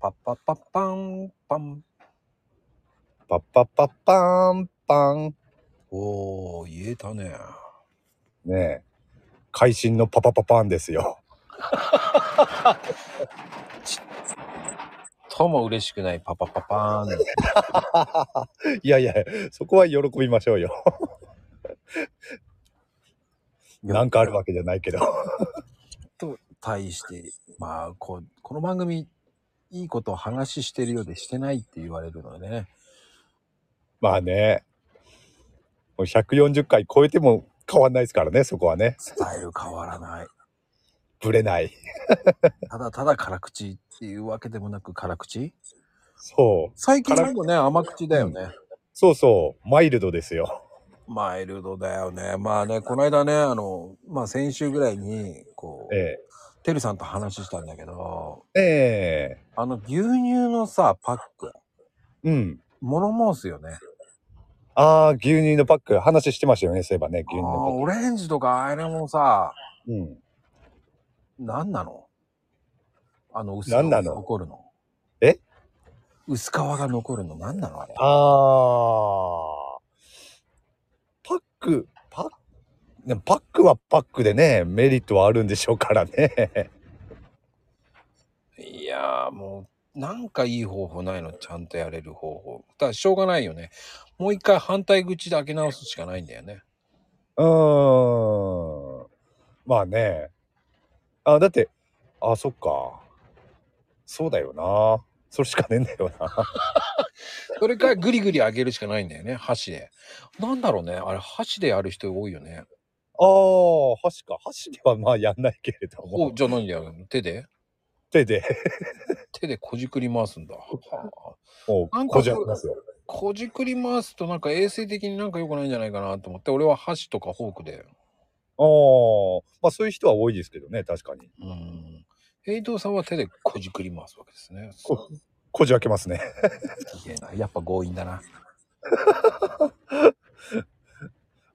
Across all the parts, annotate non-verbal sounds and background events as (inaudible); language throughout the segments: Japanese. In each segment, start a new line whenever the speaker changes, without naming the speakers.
パッパッパッパンパン。
パッパッパッパーンパン。
おー、言えたね。
ねえ。会心のパパパパンですよ。 (laughs)
とも嬉しくないパパパパーン。
いやいや、そこは喜びましょうよ。なんかあるわけじゃないけど。 (laughs)
と対して、まあこう、この番組、いいことを話してるようでしてないって言われるのでね。
まあね。もう140回超えても変わんないですからね、そこはね。
スタイル変わらない。
ぶれない。
ただただ辛口っていうわけでもなく辛口
そう。
最近でもね、甘口だよね。
そうそう。マイルドですよ。
マイルドだよね。まあね、この間ね、あの、まあ先週ぐらいに、こう、
え
てるさんと話したんだけど、
え。え
あの牛乳のさ、パック、
え。うん。
物申すよね。
ああ、牛乳のパック、話してましたよね、そういえばね、牛
あ
乳
あ、
の
オレンジとかあれもさ、
パック。うん。
何なのあの薄皮が
何なの
残るの
え
薄皮が残るの何なのあれ
ああ。パック、パック、でもパックはパックでね、メリットはあるんでしょうからね。 (laughs)
いやーもうなんかいい方法ないのちゃんとやれる方法だからしょうがないよねもう一回反対口で開け直すしかないんだよね
うーん。まあね。あ、だって、あ、そっか。そうだよな。それしかねえんだよな。 (laughs)
それからグリグリ開けるしかないんだよね箸でなんだろうねあれ箸でやる人多いよね
ああ、箸か。箸ではまあやんないけれど
お
も。
じゃあ何でやるの手で
手で、
手でこじくり回すんだ、はあ
も
なん
う、
か
こ
そ
じ
う
ゃりますよ。
こじくり回すとなんか衛生的になんか良くないんじゃないかなと思って俺は箸とかフォークで
ああ、まあそういう人は多いですけどね、確かに。
うん平等さんは手でこじくり回すわけですね。
ここじ開けますね。
すげえな。やっぱ強引だな。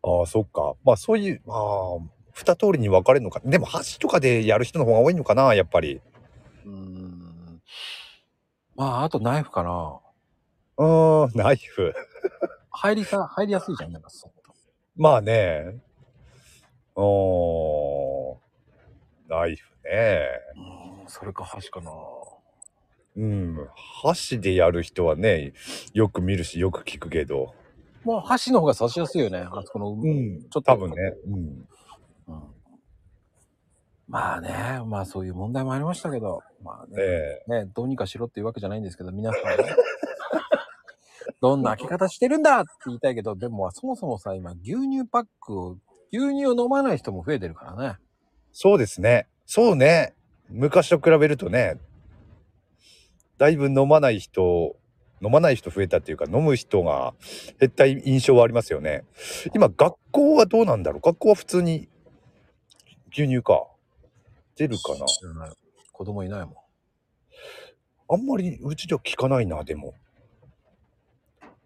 ああ、そっか。まあそういう、まあ、二通りに分かれるのか。でも箸とかでやる人の方が多いのかな、やっぱり。
うん。まあ、あとナイフかな。
うーん、ナイフ。
入りさ、入りやすいじゃん。なんかそっと
まあね。うーん、ナイフね。
うん、それか箸かな。
うん、箸でやる人はね、よく見るし、よく聞くけど。
もう箸の方が刺しやすいよね。あそこの、
うん、
ちょっと
多分ね。うん。
うんまあね、まあそういう問題もありましたけど、まあね、
ええ
ね、どうにかしろっていうわけじゃないんですけど、皆さんね、 (laughs) どんな開け方してるんだって言いたいけど、でもそもそもさ、今牛乳パックを、牛乳を飲まない人も増えてるからね。
そうですね。そうね。昔と比べるとね、だいぶ飲まない人、飲まない人増えたっていうか、飲む人が減った印象はありますよね。今、学校はどうなんだろう学校は普通に牛乳か。出るかな
知らない子供いないもん。
あんまりうちでは聞かないな、でも。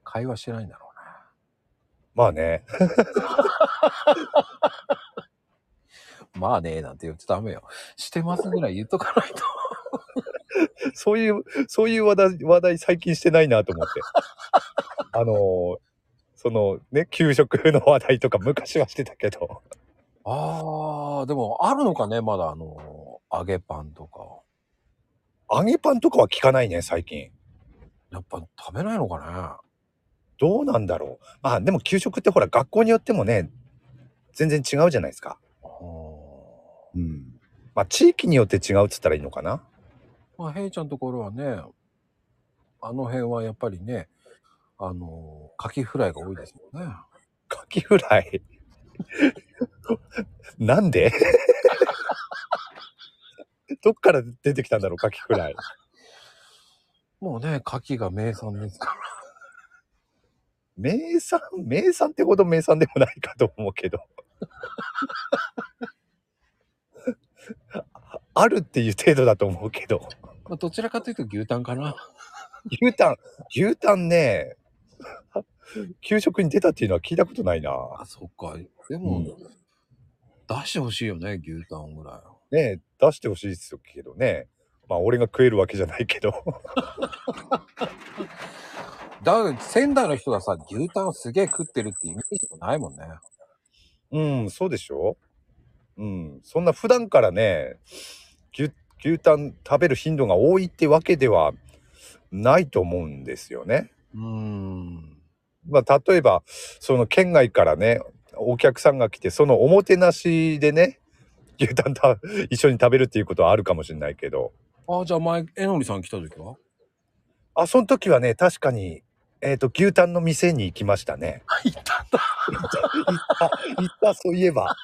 会話してないんだろうね。
まあね。
まあね、なんて言ってダメよ。してますぐらい言っとかないと。 (laughs)
そういう、そういう話題、話題最近してないなと思って。あのーそのね、給食の話題とか昔はしてたけど。
ああ、でもあるのかね、まだあの、揚げパンとか。
揚げパンとかは聞かないね、最近。
やっぱ食べないのかね。
どうなんだろう。まあでも給食ってほら学校によってもね、全然違うじゃないですか。
うん
うん。まあ地域によって違うっつったらいいのかな。
まあ、ヘイちゃんのところはね、あの辺はやっぱりね、あのー、カキフライが多いですもんね。
カキフライ。 (laughs) なんで (laughs) どっから出てきたんだろう、カキフライ。
もうね、カキが名産ですから。 (laughs)
名産、名産ってほど名産でもないかと思うけど。 (laughs) あるっていう程度だと思うけど。
まあ、どちらかというと牛タンかな。
牛タン、牛タンね、給食に出たっていうのは聞いたことないな。
あ、そっか。でも、
うん
出してほしいよね、牛タンぐらい。
ねえ出してほしいですけどね。まあ俺が食えるわけじゃないけど (laughs)
だから仙台の人がさ、牛タンをすげえ食ってるってイメージもないもんね。
うんそうでしょうんそんな普段からね牛牛タン食べる頻度が多いってわけではないと思うんですよね。
うーん。
まあ、例えばその県外からねお客さんが来てそのおもてなしでね牛タンた一緒に食べるっていうことはあるかもしれないけど
ああ、じゃあ前、えのりさん来た時は
あその時はね確かに、えー、と牛タンの店に行きましたね
いたんだ。
行った行ったそういえば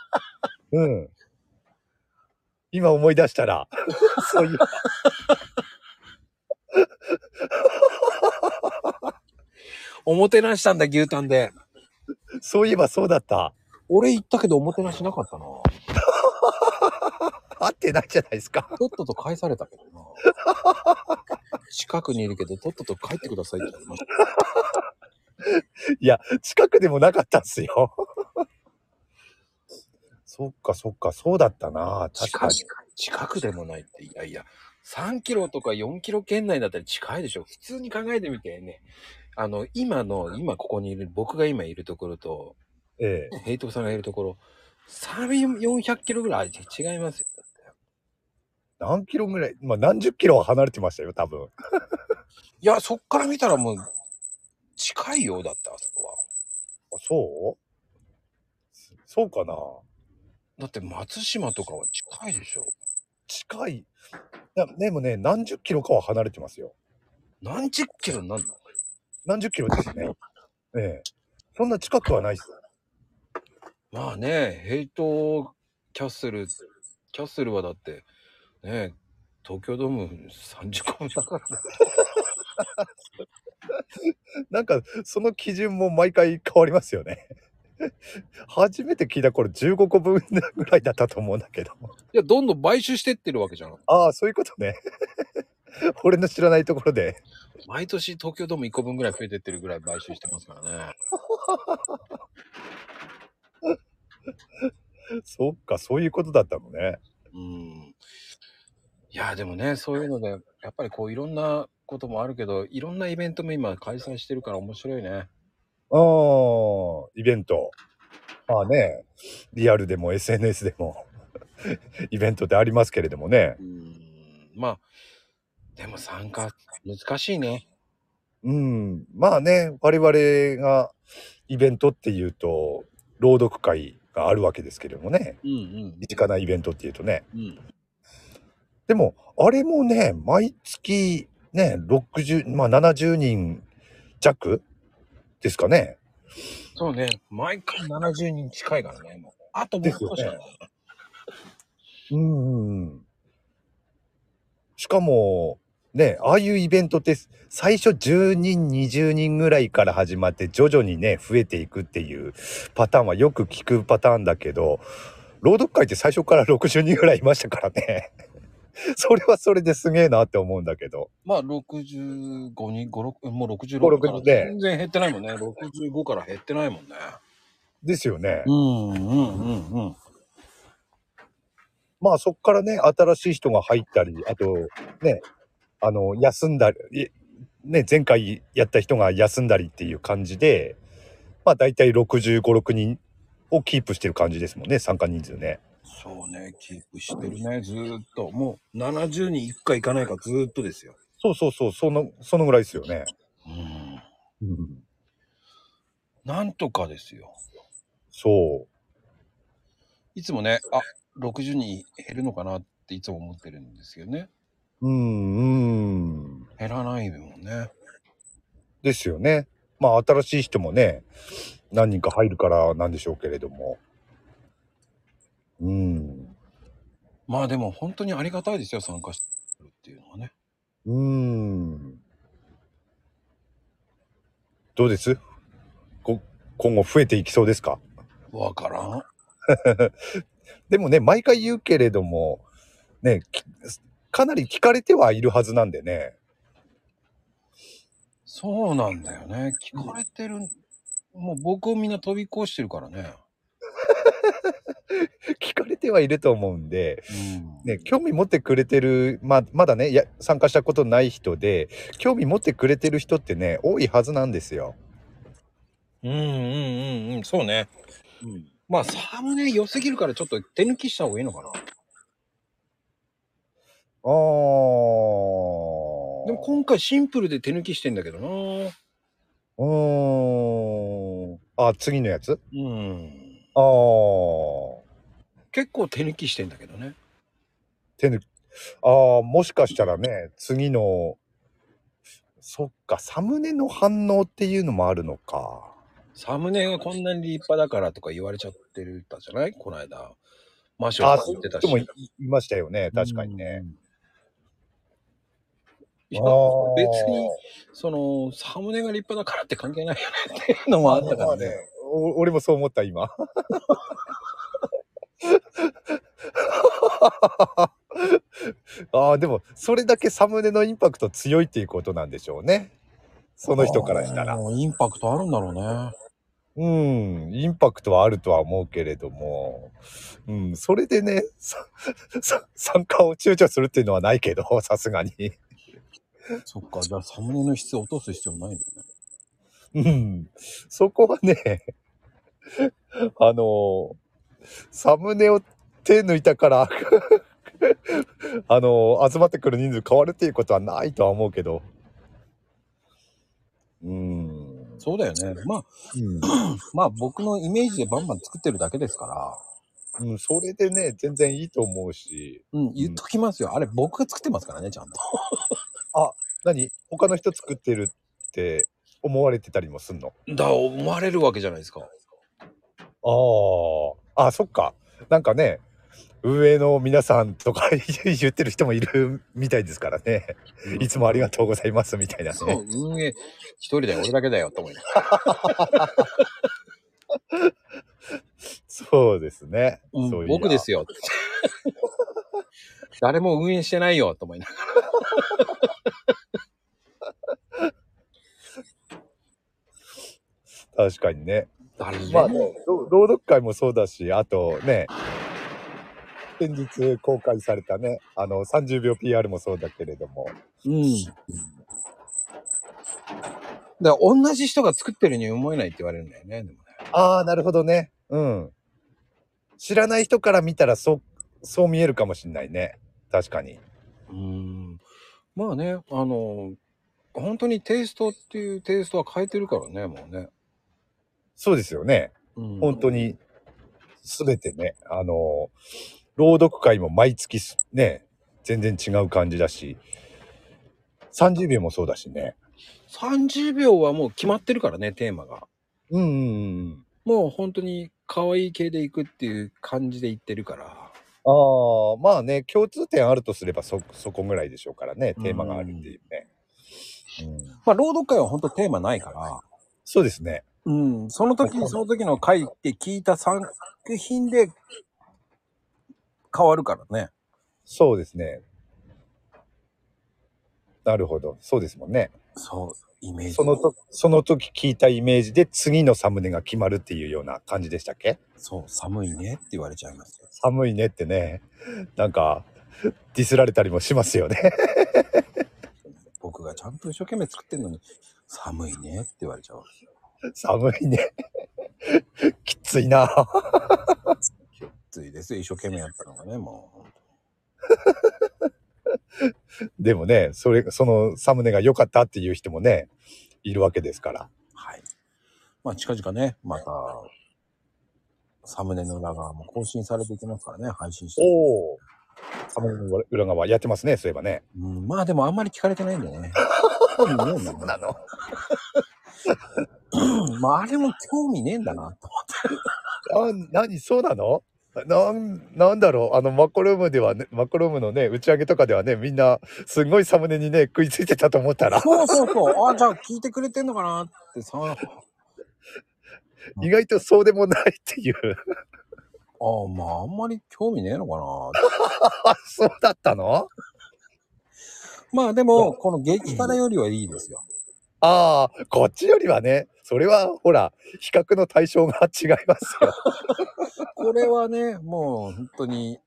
うん今思い出し
(laughs)
たらそういえば
おもてなしたんだ、牛タンで。
そういえばそうだった
俺行ったけどおもてなしなかったな。ち
合ってないじゃないですか
ょっとと返されたけどな。 (laughs) 近くにいるけど、とっとと帰ってくださいって言われました。
いや近くでもなかったんすよ (laughs) そっかそっかそうだったな確か
近
に
く近くでもないって、いやいや、3キロとか4キロ圏内だったら近いでしょ。普通に考えてみてね。あの、今の、今ここにいる、僕が今いるところと、
ええ
ヘイトクさんがいるところ、3、400キロぐらいあ違いますよ。
何キロぐらい、まあ、何十キロは離れてましたよ、多分。
いや、そっから見たらもう、近いようだった、あそこは。
あそうそそうかな
だって松島とかは近いでしょ。
近い。いやでもね、何十キロかは離れてますよ。
何十キロになるの
何十キロですね。 (laughs) ええ。そんな近くはないです。 (laughs)
まあね、ヘイトキャッスル、キャッスルはだって、ね、東京ドーム30個分だからね。
なんか、その基準も毎回変わりますよね。 (laughs) 初めて聞いた頃15個分ぐらいだったと思うんだけど。
いや、どんどん買収してってるわけじゃん。
ああ、そういうことね。 (laughs) 俺の知らないところで。
毎年東京ドーム1個分ぐらい増えてってるぐらい買収してますからね。
そっか、そういうことだったのね。
うん。いや、でもね、そういうので、やっぱりこういろんなこともあるけど、いろんなイベントも今開催してるから面白いね。
ああ、イベント。まあね、リアルでも SNS でも、 (laughs) イベントってありますけれどもね。
うん。まあ、でも参加、難しいね。
うん、まあね、我々がイベントっていうと、朗読会があるわけですけれどもね。
うんうん
身近なイベントっていうとね。
うん。
でも、あれもね、毎月ね、60、まあ70人弱ですかね。
そうね、毎回70人近いからね、もう。あと
です
僕
よ
と
ね
しかない。
うんうんしかも、ね、ああいうイベントって最初10人、20人ぐらいから始まって徐々にね、増えていくっていうパターンはよく聞くパターンだけど、朗読会って最初から60人ぐらいいましたからね。それはそれですげえなって思うんだけど。
まあ、65人、5、6、もう66
5 6
から
で
全然減ってないもんね。65から減ってないもんね。
ですよね。
うんうんうんうん。
まあそこからね、新しい人が入ったり、あとね、あの、休んだり、いね、前回やった人が休んだりっていう感じで、まあ大体65、6人をキープしてる感じですもんね、参加人数ね。
そうね、キープしてるね、ずーっと。もう70人いくかいかないかずーっとですよ。
そうそうそう、その、そのぐらいですよね。
うん。
うん、
なんとかですよ。
そう。
いつもね、あ、60人減るのかなっていつも思ってるんですけどね。
うん、うん。
減らないもんね。
ですよね。まあ新しい人もね、何人か入るからなんでしょうけれども。うん。
まあでも本当にありがたいですよ、参加してるっていうのはね。
うーん。どうですこ今後増えていきそうですか
わからん。
でもね、毎回言うけれども、ね、きかなり聞かれてはいるはずなんでね。 (laughs)
そうなんだよね。聞かれてる。もう僕をみんな飛び越してるからね。
聞かれてはいると思うんで、
うん
ね、興味持ってくれてる、まあ、まだねや参加したことない人で興味持ってくれてる人ってね多いはずなんですよ。
うんうんうんうん、そうね。うん、まあ、サムネ良すぎるからちょっと手抜きした方がいいのかな。
あー
でも今回シンプルで手抜きしてんだけどな。
うーんあ次のやつ
うん。
あー
結構手抜きしてんだけどね。
手抜きああもしかしたらね次のそっかサムネの反応っていうのもあるのか
サムネがこんなに立派だからとか言われちゃってるたじゃないこの間。マシュ
あ
が
あそ
言っ
うい
て
う
た
人
し。
もいいましたよね確かにね
うん。い
あ
や
ー
別に、その、サムネが立派だからって関係ないよねっていうのもあったからね。
お俺もそう思った今ああでもそれだけサムネのインパクト強いっていうことなんでしょうねその人からしたら
あー。インパクトあるんだろうね。
うん、インパクトはあるとは思うけれども、うん、それでね、ささ参加を躊躇するっていうのはないけど、 (laughs) さすがに。
そっか、じゃあサムネの質を落とす必要ないんだね。
うん、そこはね、あの、サムネを手抜いたから、 (laughs) あの、集まってくる人数変わるっていうことはないとは思うけど、うん、
そうだよね。まあ、
うん
まあ僕のイメージでバンバン作ってるだけですから。
うん、それでね、全然いいと思うし、
うん、言っときますよ。あれ僕が作ってますからね、ちゃんと。
何他の人作ってるって思われてたりもすんの
だ、思われるわけじゃないですか。
あーあそっかなんかね上の皆さんとか (laughs) 言ってる人もいるみたいですからね、いつもありがとうございますみたいな
そ
ね
う、運営、一人だよ、俺だけだよ、と思いながら。
そうですね、そういや
僕 (laughs) ですよ。って誰も運営してないよ、と思いながら。
確かにね
誰も、
まあねろ朗読会もそうだしあとね先日公開されたねあの30秒 PR もそうだけれども
うん。だから同じ人が作ってるに思えないって言われるんだよね、でもね。
ああなるほどねうん知らない人から見たらそうそう見えるかもしんないね確かに
うーん。まあね、あの、本当にテイストっていうテイストは変えてるからね、もうね。
そうですよね。
うん、
本当に、すべてね、あのー朗読会も毎月すね、全然違う感じだし、30秒もそうだしね。
30秒はもう決まってるからね、テーマが。
うんうんうん。
もう本当に可愛い系でいくっていう感じで言ってるから。
ああ、まあね、共通点あるとすればそ、そこぐらいでしょうからね、テーマがあるっていうね。うん、
まあ、朗読会は本当テーマないから。
そうですね。
うん。その時にその時の回って聞いた作品で変わるからね。
そうですね。なるほど。そうですもんね。
そう、イメージ。
そのと、その時聞いたイメージで次のサムネが決まるっていうような感じでしたっけ
そう、寒いねって言われちゃいますよ。
寒いねってねなんかディスられたりもしますよね (laughs)
僕がちゃんと一生懸命作ってるのに、寒いねって言われちゃう。
寒いね (laughs) きついな
ついですよ、一生懸命やったのがね、も
でもねそれそのサムネが良かったっていう人もねいるわけですから
う。はい。まあ、近々ね、また、サムネの裏側も更新されていきますからね、配信して。
おおサムネの裏側やってますねそういえばね
うん、まあ、でもあんまり聞かれてないんだよね。興味ねえんだもん
なの
うんまあ、あれも興味ねえんだな、と
あ何そうなのなんなんだろうあのマコルームではねマコルームのね打ち上げとかではねみんなすごいサムネにね食いついてたと思ったら
思って。そうそうそう。あ、じゃあ聞いてくれてんのかなってさ、あ
意外とそうでもないっていう (laughs)
あ、まあ、あんまり興味ねえのかな
あそうだったの
まあでも、この激辛よりはいいですよ。
ああ、こっちよりはね、それはほら比較の対象が違いますよ。 (laughs)
これはね、もう本当に、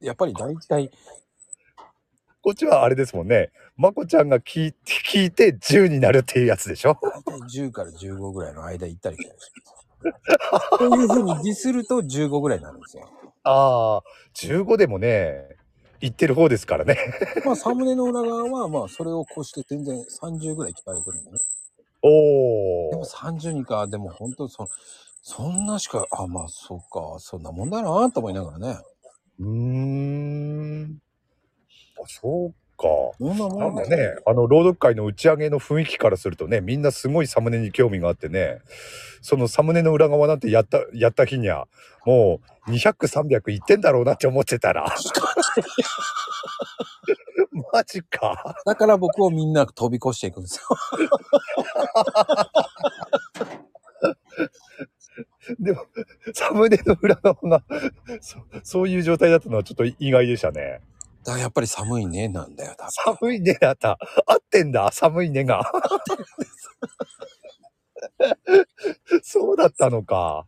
やっぱり大体、
こっちはあれですもんね。まこちゃんが聞い聞いて10になるっていうやつでしょ。
大体10から15ぐらいの間行ったり来たりします。というふうにディスると15ぐらいになるんですよ。
ああ、15でもね、言ってる方ですからね。
まあ、サムネの裏側は、まあ、それを越して全然30ぐらい聞かれてるんでね。
お
でも
お。
32か、でも本当その、そんなしか、あ、まあ、そうか、そんなもんだなと思いながらね。
うーん。あそうか。
そんな
な
も
ん
ん
だ
だ
ね、あの朗読会の打ち上げの雰囲気からするとね、みんなすごいサムネに興味があってね、そのサムネの裏側なんてやった、やった日には、もう200、300いってんだろうなって思ってたら、マジか。
だから僕をみんな飛び越していくんですよ。
でも、サムネの裏側がそ、そういう状態だったのはちょっと意外でしたね。
だからやっぱり寒いね、なんだよ、多分。
寒いねだった。合ってんだ、寒いね (laughs) が。そうだったのか。